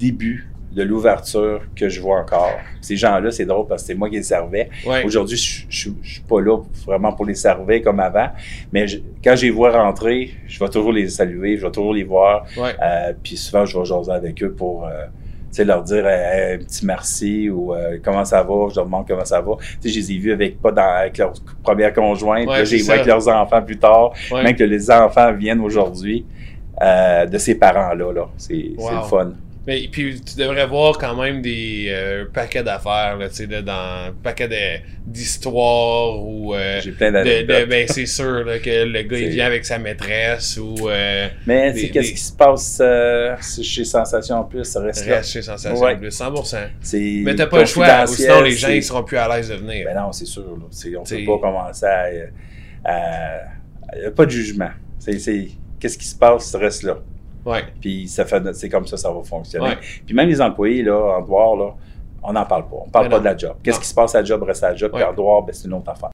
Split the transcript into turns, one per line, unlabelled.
début de l'ouverture que je vois encore. Ces gens-là, c'est drôle parce que c'est moi qui les servais.
Ouais.
Aujourd'hui, je je- je suis pas là vraiment pour les servir comme avant, mais je- quand je les vois rentrer, je vais toujours les saluer, je vais toujours les voir.
Ouais.
Euh, puis souvent, je vais jaser avec eux pour euh, tu sais, leur dire euh, un petit merci ou euh, comment ça va, je leur demande comment ça va. Tu sais, je les ai vus avec, pas dans, avec leur première conjointe,
Ouais,
là, je les
c'est
vois
ça.
avec leurs enfants plus tard,
Ouais.
même que les enfants viennent aujourd'hui. euh, de ces parents-là, là. c'est c'est
Wow.
le fun.
Mais Ben, puis tu devrais voir quand même des euh, paquets d'affaires là, tu sais là, dans paquets de- d'histoires ou euh,
J'ai plein
de, de-
d'anecdotes.
ben c'est sûr là, que le gars il
C'est-
vient avec sa maîtresse ou euh,
Mais
des-
c'est qu'est-ce
des-
qui se passe euh, chez Sensation en plus, ça reste, là.
reste chez Sensation
Ouais.
Plus 100%.
C'est
Mais t'as pas le choix, ou sinon les gens
confidentiel,
ils seront plus à l'aise de venir.
Ben non, c'est sûr. Là. C'est- on
T'sais-
peut pas commencer à. euh, à- à- pas de jugement. C'est, c'est- qu'est-ce qui se passe reste là.
Ouais.
Puis ça fait, c'est comme ça, ça va fonctionner.
Ouais.
Puis même les employés là, en dehors, là, on n'en parle pas. On parle
Ben
pas
non.
de la job. Qu'est-ce
Non.
qui se passe à la job reste à la job.
Ouais.
Puis en dehors, ben, c'est une autre affaire.